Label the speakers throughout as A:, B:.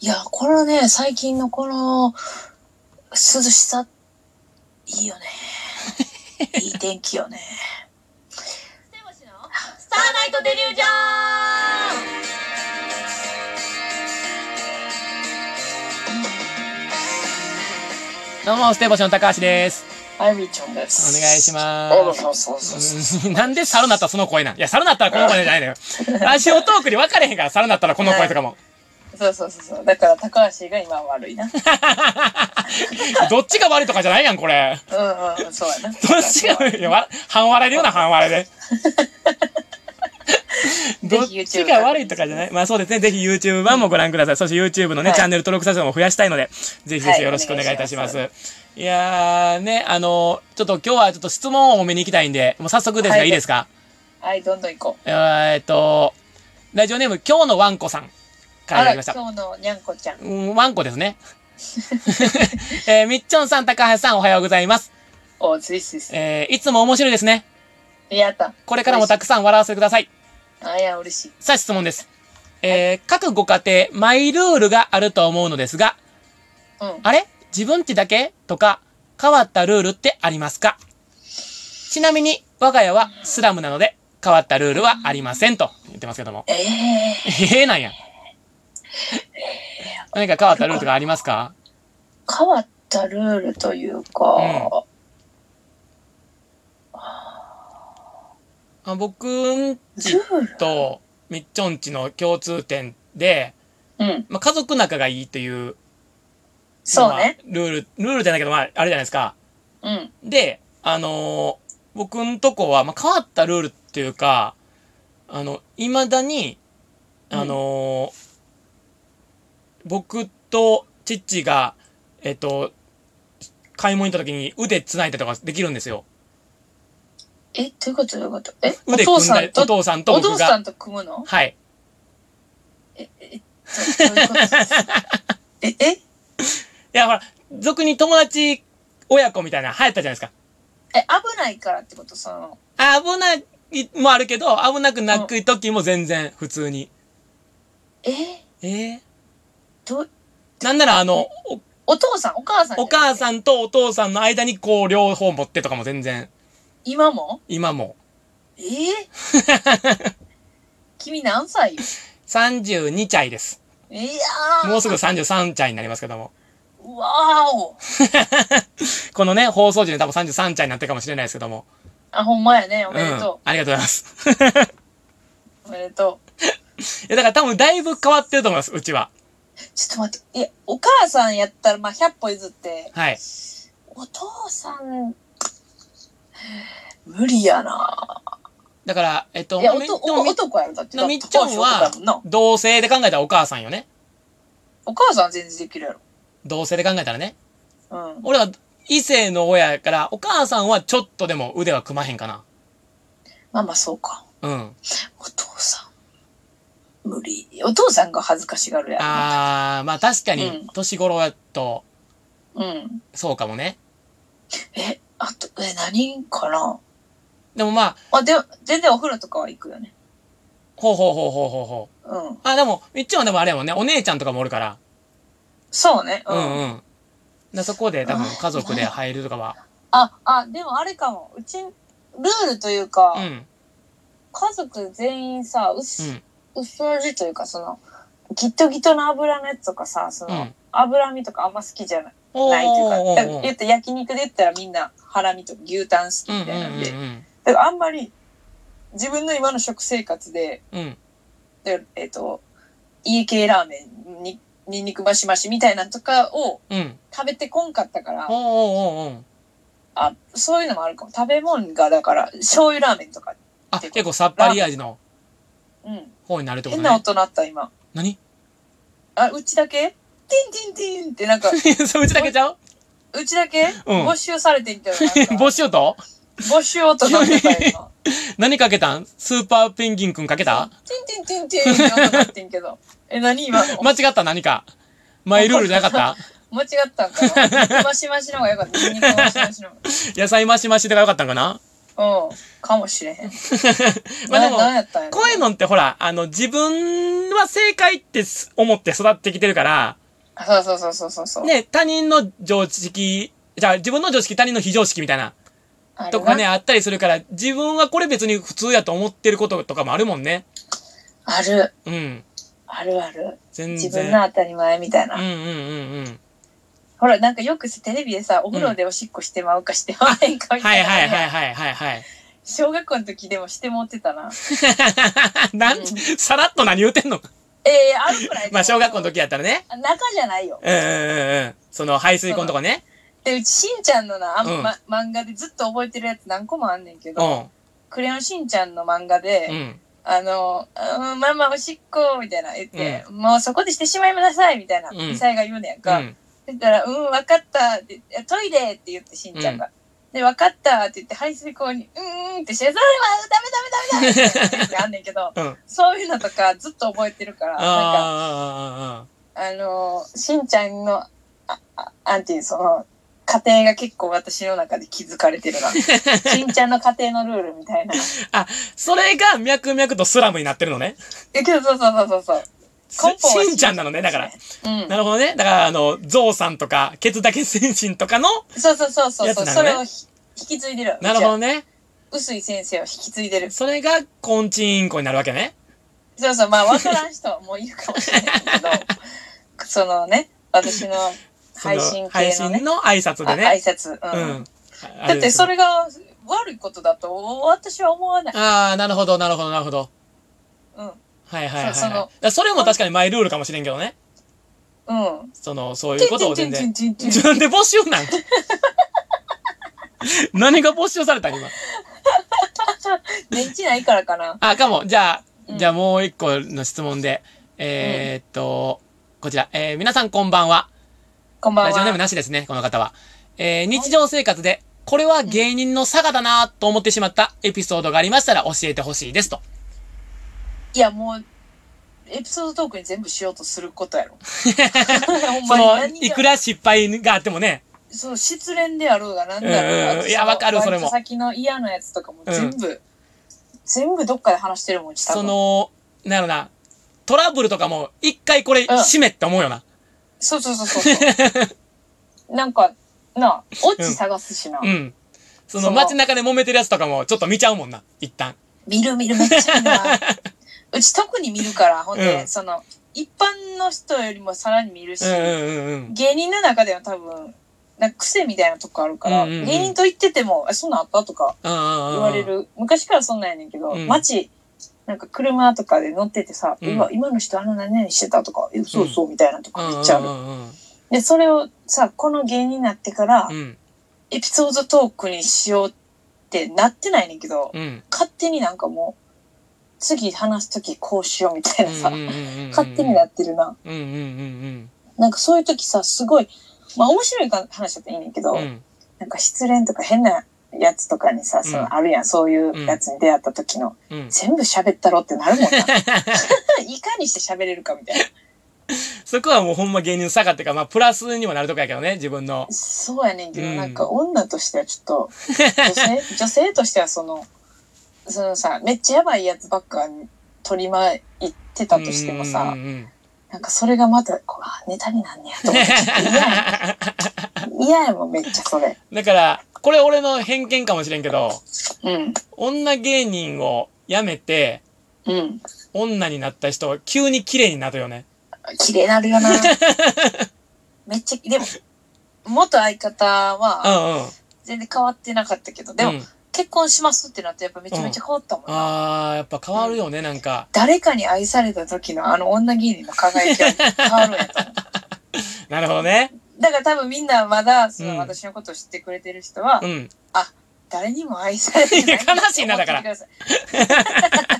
A: いや、このね、最近のこの、涼しさ、いい よね。いい天気よね。
B: ステボシのスターナイトデリュージョン
C: どうも、ステーボシの高橋です。
A: アイビーちゃんです。
C: お願いしま
A: あ
C: す
A: そうそうそうそう。
C: うん。 なんで猿なったらその声なんいや、猿なったらこの声じゃ ないのよ。ラジオトークに分かれへんから、猿なったらこの声とかも。
A: そうそうそうそう。だから高橋が今悪いな。うん
C: どっちが悪いとかじゃないやん、これ。
A: うんうん、そうやな。
C: どっちが悪いいや、わ半笑いで言うな、半笑 いで。どっちが悪いとかじゃないまあそうですね。ぜひ YouTube 版もご覧ください。そして YouTube のね、
A: はい
C: チャンネル登録者数も増やしたいので、ぜひぜ
A: はい
C: ひよろしくお願いいたします。
A: お願
C: いやーね、あのちょっと今日はちょっと質問を多めに行きたいんで、もう早速ですが、
A: はい
C: い、いですか
A: はい、どんどん行こう。
C: えーっと、ラジオネーム、今日のワンコさんから
A: あら、
C: いただきました。
A: 今日のにゃんこちゃん。
C: うん、ワンコですね。 えーみっちょんさん、高橋さん、おはようございます。
A: おう、スイスイスイ。
C: えーいつも面白いですね。
A: やった。
C: これからもたくさん笑わせてください。
A: あ、いや、嬉しい。
C: さあ質問です。えー各ご家庭、マイルールがあると思うのですが、
A: うん。
C: あれ自分ちだけとか、変わったルールってありますかちなみに、我が家はスラムなので、変わったルールはありませんと言ってますけども。
A: ええー、
C: ええなんや。何か変わったルールとかありますか
A: 変わったルールというか、
C: うんあ僕んち
A: ルール
C: とみっちょんちの共通点で、
A: うん。
C: まあ、家族仲がいいという、
A: そうね。
C: まあルール、ルールじゃないけど、まあ、あれじゃないですか。
A: うん。
C: で、あのー僕んとこは、まあ、変わったルールっていうか、あの、未だに、あのー僕と父が、えっと、買い物行った時に腕繋いだりとかできるんですよ。
A: え、どういうことどういうことえ、お
C: 腕
A: 父
C: 組ん
A: さ
C: だ
A: ん
C: り、
A: と
C: お、父さんと
A: お
C: 僕
A: 父さ
C: が。
A: んと組むの
C: はい。
A: え、え、どどういうことえ、え、
C: いや、ほら、俗に友達、親子みたいな、流行ったじゃないですか。
A: え、危ないからってことその、
C: あ危ないもあるけど、危なくなく時も全然普通に。
A: え、
C: ええ
A: どう、
C: なんならあの、お
A: お父さん、お母さんじゃ
C: お
A: なくて
C: 母さんとお父さんの間にこう両方持ってとかも全然、
A: 今も
C: 今も。
A: え ー、君何歳よ
C: 32歳です。
A: いやー。
C: もうすぐ33歳になりますけども。
A: うわーお。
C: このね、放送時に多分33歳になってるかもしれないですけども。
A: あ、ほんまやね。お
C: う
A: めで
C: ん。ありがと
A: と
C: うございます。
A: う。おめでとう。
C: いや、だから多分だいぶ変わってると思います、うちは。
A: ちょっと待って。いや、お母さんやったら、まあ、100歩譲って、
C: はい。
A: お父さん、無理やな
C: だから、えっと、
A: いや、お
C: まあみ
A: と
C: でも
A: お
C: み
A: 男やろだって。
C: でもみっちゃん
A: だっ
C: は
A: て男やもんな、
C: 同性で考えたらお母さんよね。
A: お母さん全然できるやろ。
C: 同性で考えたらね。
A: うん。
C: 俺は異性の親やから、お母さんはちょっとでも腕は組まへんかな。
A: まあまあ、そうか。
C: うん。
A: お父さん、無理。お父さんが恥ずかしがるやろな。
C: あー、まあ確か
A: うん
C: に、年頃やと、
A: うん。
C: そうかもね。
A: え、あと、え、何かな
C: でもまあ、
A: まあ、でも、全然お風呂とかは行くよね。
C: ほうほうほうほうほうほう。
A: うん。
C: あ、でも、みっちゃんはでもあれやもんね、お姉ちゃんとかもおるから。
A: そうね。
C: う
A: うん
C: んうん。だそこで多分家族で入るとかは。
A: あ、あ、でもあれかも。うち、ルールというか、
C: うん。
A: 家族全員さ、うす、
C: うん
A: 薄味というか、その、ギットギトの油のやつとかさ、そうの、
C: ん。
A: 脂身とかあんま好きじゃない
C: お
A: ないというか、だから
C: ー
A: 言って焼肉で言ったらみんなハラミとか牛タン好
C: う
A: きみ
C: んうん
A: たいなん
C: う
A: で、
C: ん
A: だからあんまり自分の今の食生活で、
C: うん。うん。
A: だからえっ、と、家系ラーメンに、ニンニクマシマシみたいなのとかを
C: うん。
A: 食べてこんかったから、
C: おーおーおーおー
A: あ、そういうのもあるかも。食べ物が、だから、醤油ラーメンとか。
C: あ、結構さっぱり味の
A: うん。
C: 方になるってこと
A: 変な
C: ね。
A: 音鳴った、今。
C: 何
A: あ、うちだけティンティンティンって、なんか、
C: そう、うちだけちゃう
A: うちだけ
C: うん
A: 募集されてみたいななん か。
C: 帽子をと
A: 募集音鳴ってた、今。
C: 何かけたんスーパーペンギンくんかけた
A: ティンティンティンティンって音鳴ってんけ ど。え、何今の
C: 間違った何か。マイルールじゃなかっ
A: 間違 ったんかなマシマシの方がよかった。ニンニクマシマシの方が。
C: た野菜マシマシとかよかったんかな
A: うん。かもしれへん。
C: まあ
A: な
C: で
A: なんや
C: も、
A: ったんやろ
C: こういうのってほら、あの、自分は正解ってす思って育ってきてるから、
A: あそうそうそうそうそうそう。
C: ね、他人の常識、じゃあ自分の常識、他人の非常識みたいな
A: あるな
C: とかね、あったりするから、自分はこれ別に普通やと思ってることとかもあるもんね。
A: ある。
C: うん。
A: あるある。
C: 全
A: 自
C: 然。
A: 分の当たり前みたいな。
C: うんうんうんうん。
A: ほら、なんかよくさテレビでさ、お風呂でおしっこしてまうかしてまわへんかみ
C: は
A: た
C: い
A: いな、
C: はいはいはいはいはい。
A: 小学校の時でもしてもってたな。
C: なん、
A: うん
C: さらっと何言うてんの
A: ええあるくらいでも
C: まあ小学校の時やったらね。
A: あ中じゃないよ。
C: うんうんうんうん。その排水溝のとこね。
A: で、うちしんちゃんのな、あん
C: うん
A: ま、漫画でずっと覚えてるやつ何個もあんねんけ
C: う
A: ど、
C: ん。
A: クレヨンしんちゃんの漫画で、
C: うん。
A: あの、うん、ママおしっこ、みたいな言って、もうそこでしてしまいなさい、みたいな、
C: うん
A: ミサイが言うねん
C: う
A: か。
C: ん。、
A: そしたら、うん、わかったって、いやトイレって言って、しんちゃんが。で、わかったって言って、排水口に、うーんってして、それはダメダメダメダメって言ってあんねんけど
C: うん。
A: そういうのとかずっと覚えてるから、なんか、
C: あ
A: あの、しんちゃんの、あ、あなんていう、その、家庭が結構私の中で気づかれてる な。しんちゃんの家庭のルールみたいな。
C: ーあーあーあーあー。それが脈々とスラムになってるのね。
A: え、けど、そうそうそうそうそう。
C: す
A: 根本は
C: しんちゃんなのね、だから。。
A: うん。
C: なるほどね。だから、あの、ゾウさんとか、ケツだけ先進とかの、
A: そうそうそうそう
C: や
A: そう、
C: つなの
A: そ
C: ね
A: れをひ引き継いでる。
C: なるほど
A: ね。
C: ね。
A: 薄い先生を引き継いでる。
C: それが、コンチインコになるわけね。
A: そうそう、まあ、わからん人はもういるかもしれないけど、 そのね、私の
C: そ
A: 配
C: の
A: 信
C: 配
A: 系の
C: 信
A: ね、
C: の挨拶で
A: あ
C: ね。
A: 挨拶、う。
C: うんん。
A: だって、そ
C: れ。
A: れが悪いことだと、私は思わない。
C: ああ、なるほど、なるほど、なるほど。
A: うん。
C: はいはいはい、はい。
A: そうその
C: だからそれも確かにマイルールかもしれんけどね。
A: うん。
C: その、そう
A: て
C: い
A: ん
C: うことを
A: て
C: 全
A: んてん
C: 然。
A: てんてんてん
C: 自分で募集 なん何が募集された今。
A: 電池ないからかな。
C: あ、かも。じゃ
A: う
C: あ、
A: ん
C: じゃあもう一個の質問で。えーっと、こちら。えー皆さんこんばんは。
A: こんばん
C: ラジオネーム
A: は。
C: なしですね、この方は。えー日常生活で、これは芸人の差がだなと思ってしまったエピソードがありましたら教えてほしいですと。
A: いや、もう、エピソードトークに全部しようとすること やろ。ほん
C: そ
A: まに
C: の、
A: 何が
C: いくら失敗があってもね。
A: そう、失恋であろうがなんだろう
C: うんうん
A: が。
C: うんいやわかる
A: 私の
C: それも
A: バイト先の嫌なやつとかも
C: うん
A: 全部、全部どっかで話してるもん、多分
C: そ、の、なんやろな、トラブルとかも、一回これ、
A: うん
C: 締めって思うよな。
A: そうそうそうそう そう。なんか、なあ、オチ探すしな。
C: うん。そ
A: そ
C: の
A: の
C: 街中で揉めてるやつとかも、ちょっと見ちゃうもんな、一旦。
A: 見る見るめっちゃ見 るな。うち特に見るから、ほんで、
C: うん
A: その、一般の人よりもさらに見るし、
C: うんうんうんうん。
A: 芸人の中では多分、なんか癖みたいなとこあるから、
C: うんうんうん
A: 芸人と言ってても、え、そんなんあったとか
C: 言
A: 言われ。る。昔からそんなんやねんけど、
C: うん
A: 街、なんか車とかで乗っててさ、
C: うん
A: うわ、今の人あの何々してたとか、え、そうそうみたいなと
C: う
A: か
C: ん
A: め
C: う
A: っ
C: ん
A: ちゃあ
C: う
A: る。
C: んうん。
A: で、それをさ、この芸人になってから
C: う、ん
A: エピソードトークにしようってなってないねんけど、
C: うん。
A: 勝手になんかもう、次話すときこうしようみたいなさ、勝
C: 勝
A: 手になってるな。
C: うんうんうん
A: なんかそういうときさ、すごい、まあ面白いか話だったらいいねんけど、
C: うんうん。
A: なんか失恋とか変なやつとかにさ、そ
C: うん
A: のあるやん、そういうやつに出会った時の、
C: うん。うん。
A: 全部喋ったろってなる もんな。いかにして喋れるかみたいな。
C: そこはもうほんま芸人の差がっていうか、まあ、プラスにもなるとこやけどね、自分の。
A: そうやねんけど、
C: うん
A: なんか女としてはちょっと、女 性、女性としてはその、そのさ、めっちゃやばいやつばっか取りまいってたとしてもさ、
C: うんうんうん
A: なんかそれがまた、こうあネタになんねやと思って、ちょっと嫌やねん。嫌やもん、めっちゃそれ。
C: だから、これ俺の偏見かもしれんけど、
A: うん。
C: 女芸人を辞めて、
A: うん。
C: 女になった人は急に綺麗になるよね。
A: 綺麗なる よな。めっちゃ、でも、元相方
C: う
A: は
C: んうん。
A: 全然変わってなかったけど、でも、
C: うん
A: 結婚しますってなってやっぱめちゃめちゃ変わったもんな。
C: あー、やっぱ変わるよね、なんか。
A: 誰かに愛された時のあの女芸人の輝きは変わるん やと思う。
C: なるほどね。だ
A: だから多分みんなまだそ
C: うん
A: の私のことを知ってくれてる人は、
C: うん。
A: 誰にも愛されてない
C: いや悲しいなだから
A: 思 ってください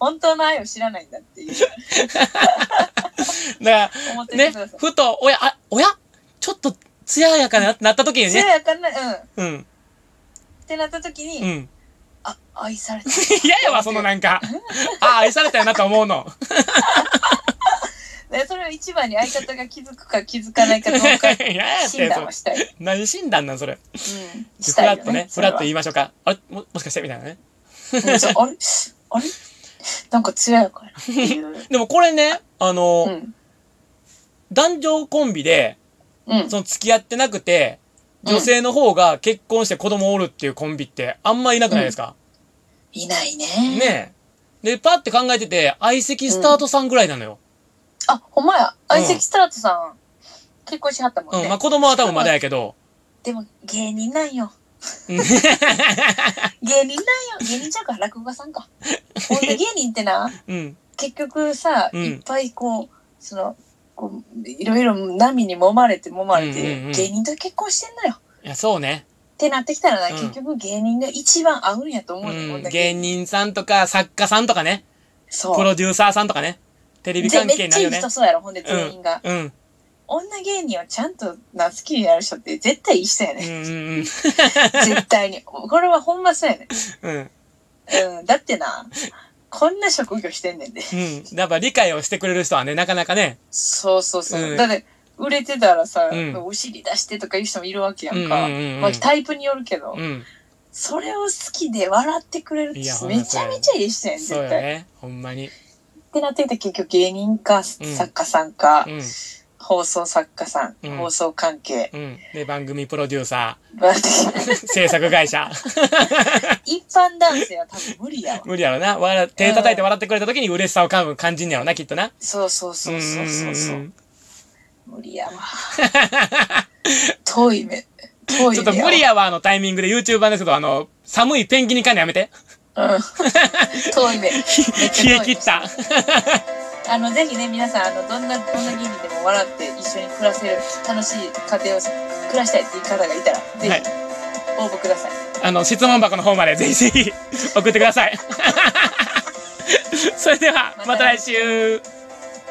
A: 本当の愛を知らないんだっていう思っ
C: だか
A: て
C: ら、
A: て
C: ね
A: くださ、い。
C: ふと、おや、あ、おやちょっと、艶やかな、なった時に
A: それ
C: ね。
A: はやかんない、うん。っ
C: うん。
A: てなった時に、
C: うん。
A: あ、愛されてる。
C: 嫌やわ、そのなんか。あー、愛されたよなと思うの。
A: でそれを一番マに相方が気づくか気づかないかどうか
C: いややって
A: 診断をしたい。う
C: 何診断なんそれ。
A: ん、
C: フ
A: したい
C: ラ
A: よ
C: ッとね、
A: そ
C: フ
A: れは
C: ラッと言いましょうか。あれも、もしかしてみたいなね。
A: うんそうあれ あれなんか艶やかやなって いう。
C: でもこれね、あの、
A: うん。
C: 男女コンビで、
A: うん。
C: その付き合ってなくて、
A: うん
C: 女性の方が結婚して子供おるっていうコンビってあんまいなくないですか、
A: いないね。
C: ねえ。で、パって考えてて、相席スタートさんぐらいなのよ。
A: あ、ほんまや。相席スタートさん、結婚しはったもん
C: う
A: ね。
C: ん。まあ子供は多分まだやけど。
A: でも、芸人なんよ。
C: うん
A: 芸人なんよ。芸人ちゃうか、落語家さんか。女芸人ってな、
C: うん。
A: 結局さ、
C: うん
A: いっぱいこう、その、こういろいろ波に揉まれて揉まれ
C: うんうんう
A: て
C: ん
A: 芸人と結婚してんのよ。
C: いや、そうね。
A: ってなってきたらな、
C: うん
A: 結局芸人が一番合うんやと思
C: う
A: うね、こ
C: ん
A: ん。だけ
C: 芸人さんとか、作家さんとかね。
A: そう
C: プロデューサーさんとかね。テレビ
A: で
C: 関
A: め
C: 係
A: っ
C: に
A: ち
C: な
A: ゃ
C: る
A: い
C: よ
A: い
C: ね
A: 人。そうやろ、ほんで全員が。
C: うん。うん。
A: 女芸人はちゃんとな好きにやる人って絶対いい人や
C: うん
A: ね。
C: うん
A: 絶対に。これはほんまそうやね。
C: うん。うん。
A: うん、だってな、こんな職業してんねんで。
C: うん。やっぱ理解をしてくれる人はね、なかなかね。
A: そうそうそう。
C: うん
A: だって、売れてたらさ、
C: うん
A: お尻出してとかいう人もいるわけや
C: うん
A: ん
C: うん
A: か。
C: うん
A: ま
C: う
A: あ、タイプによるけど、
C: ん。うん。
A: それを好きで笑ってくれるって
C: いやほんま
A: めちゃめちゃいい人やん、絶
C: そう
A: 対。
C: よね。ほんまに。
A: ってなってきたら結局芸人か、作家さんか、
C: うん。
A: 放送作家さん、
C: うん
A: 放送関係。
C: うん。で、番組プロデューサ
A: だって
C: ー、 制作会社。
A: 一般男性は多分無理やわ。
C: 無理やろな。笑手叩いて笑ってくれた時に嬉しさを感感じんねやろな、きっとな。。
A: そうそうそうそうそうそううん無理やわ。遠い目。遠い目。
C: ちょっと無理。やわ、あのタイミングで YouTube 版ですけど、あの、寒いペンギンにかんのやめて。
A: うん。遠い目。めっちゃ 遠
C: 冷
A: い
C: え
A: 目
C: 切った。
A: あの、ぜひね、皆さん、あの、どんな、どんな芸人でも笑って一緒に暮らせる、楽しい家庭を暮らしたいっていう方がいたら、ぜひ
C: はい、
A: 応募ください。
C: あの、質問箱の方までぜひ ぜひ送ってください。それでは、また来週。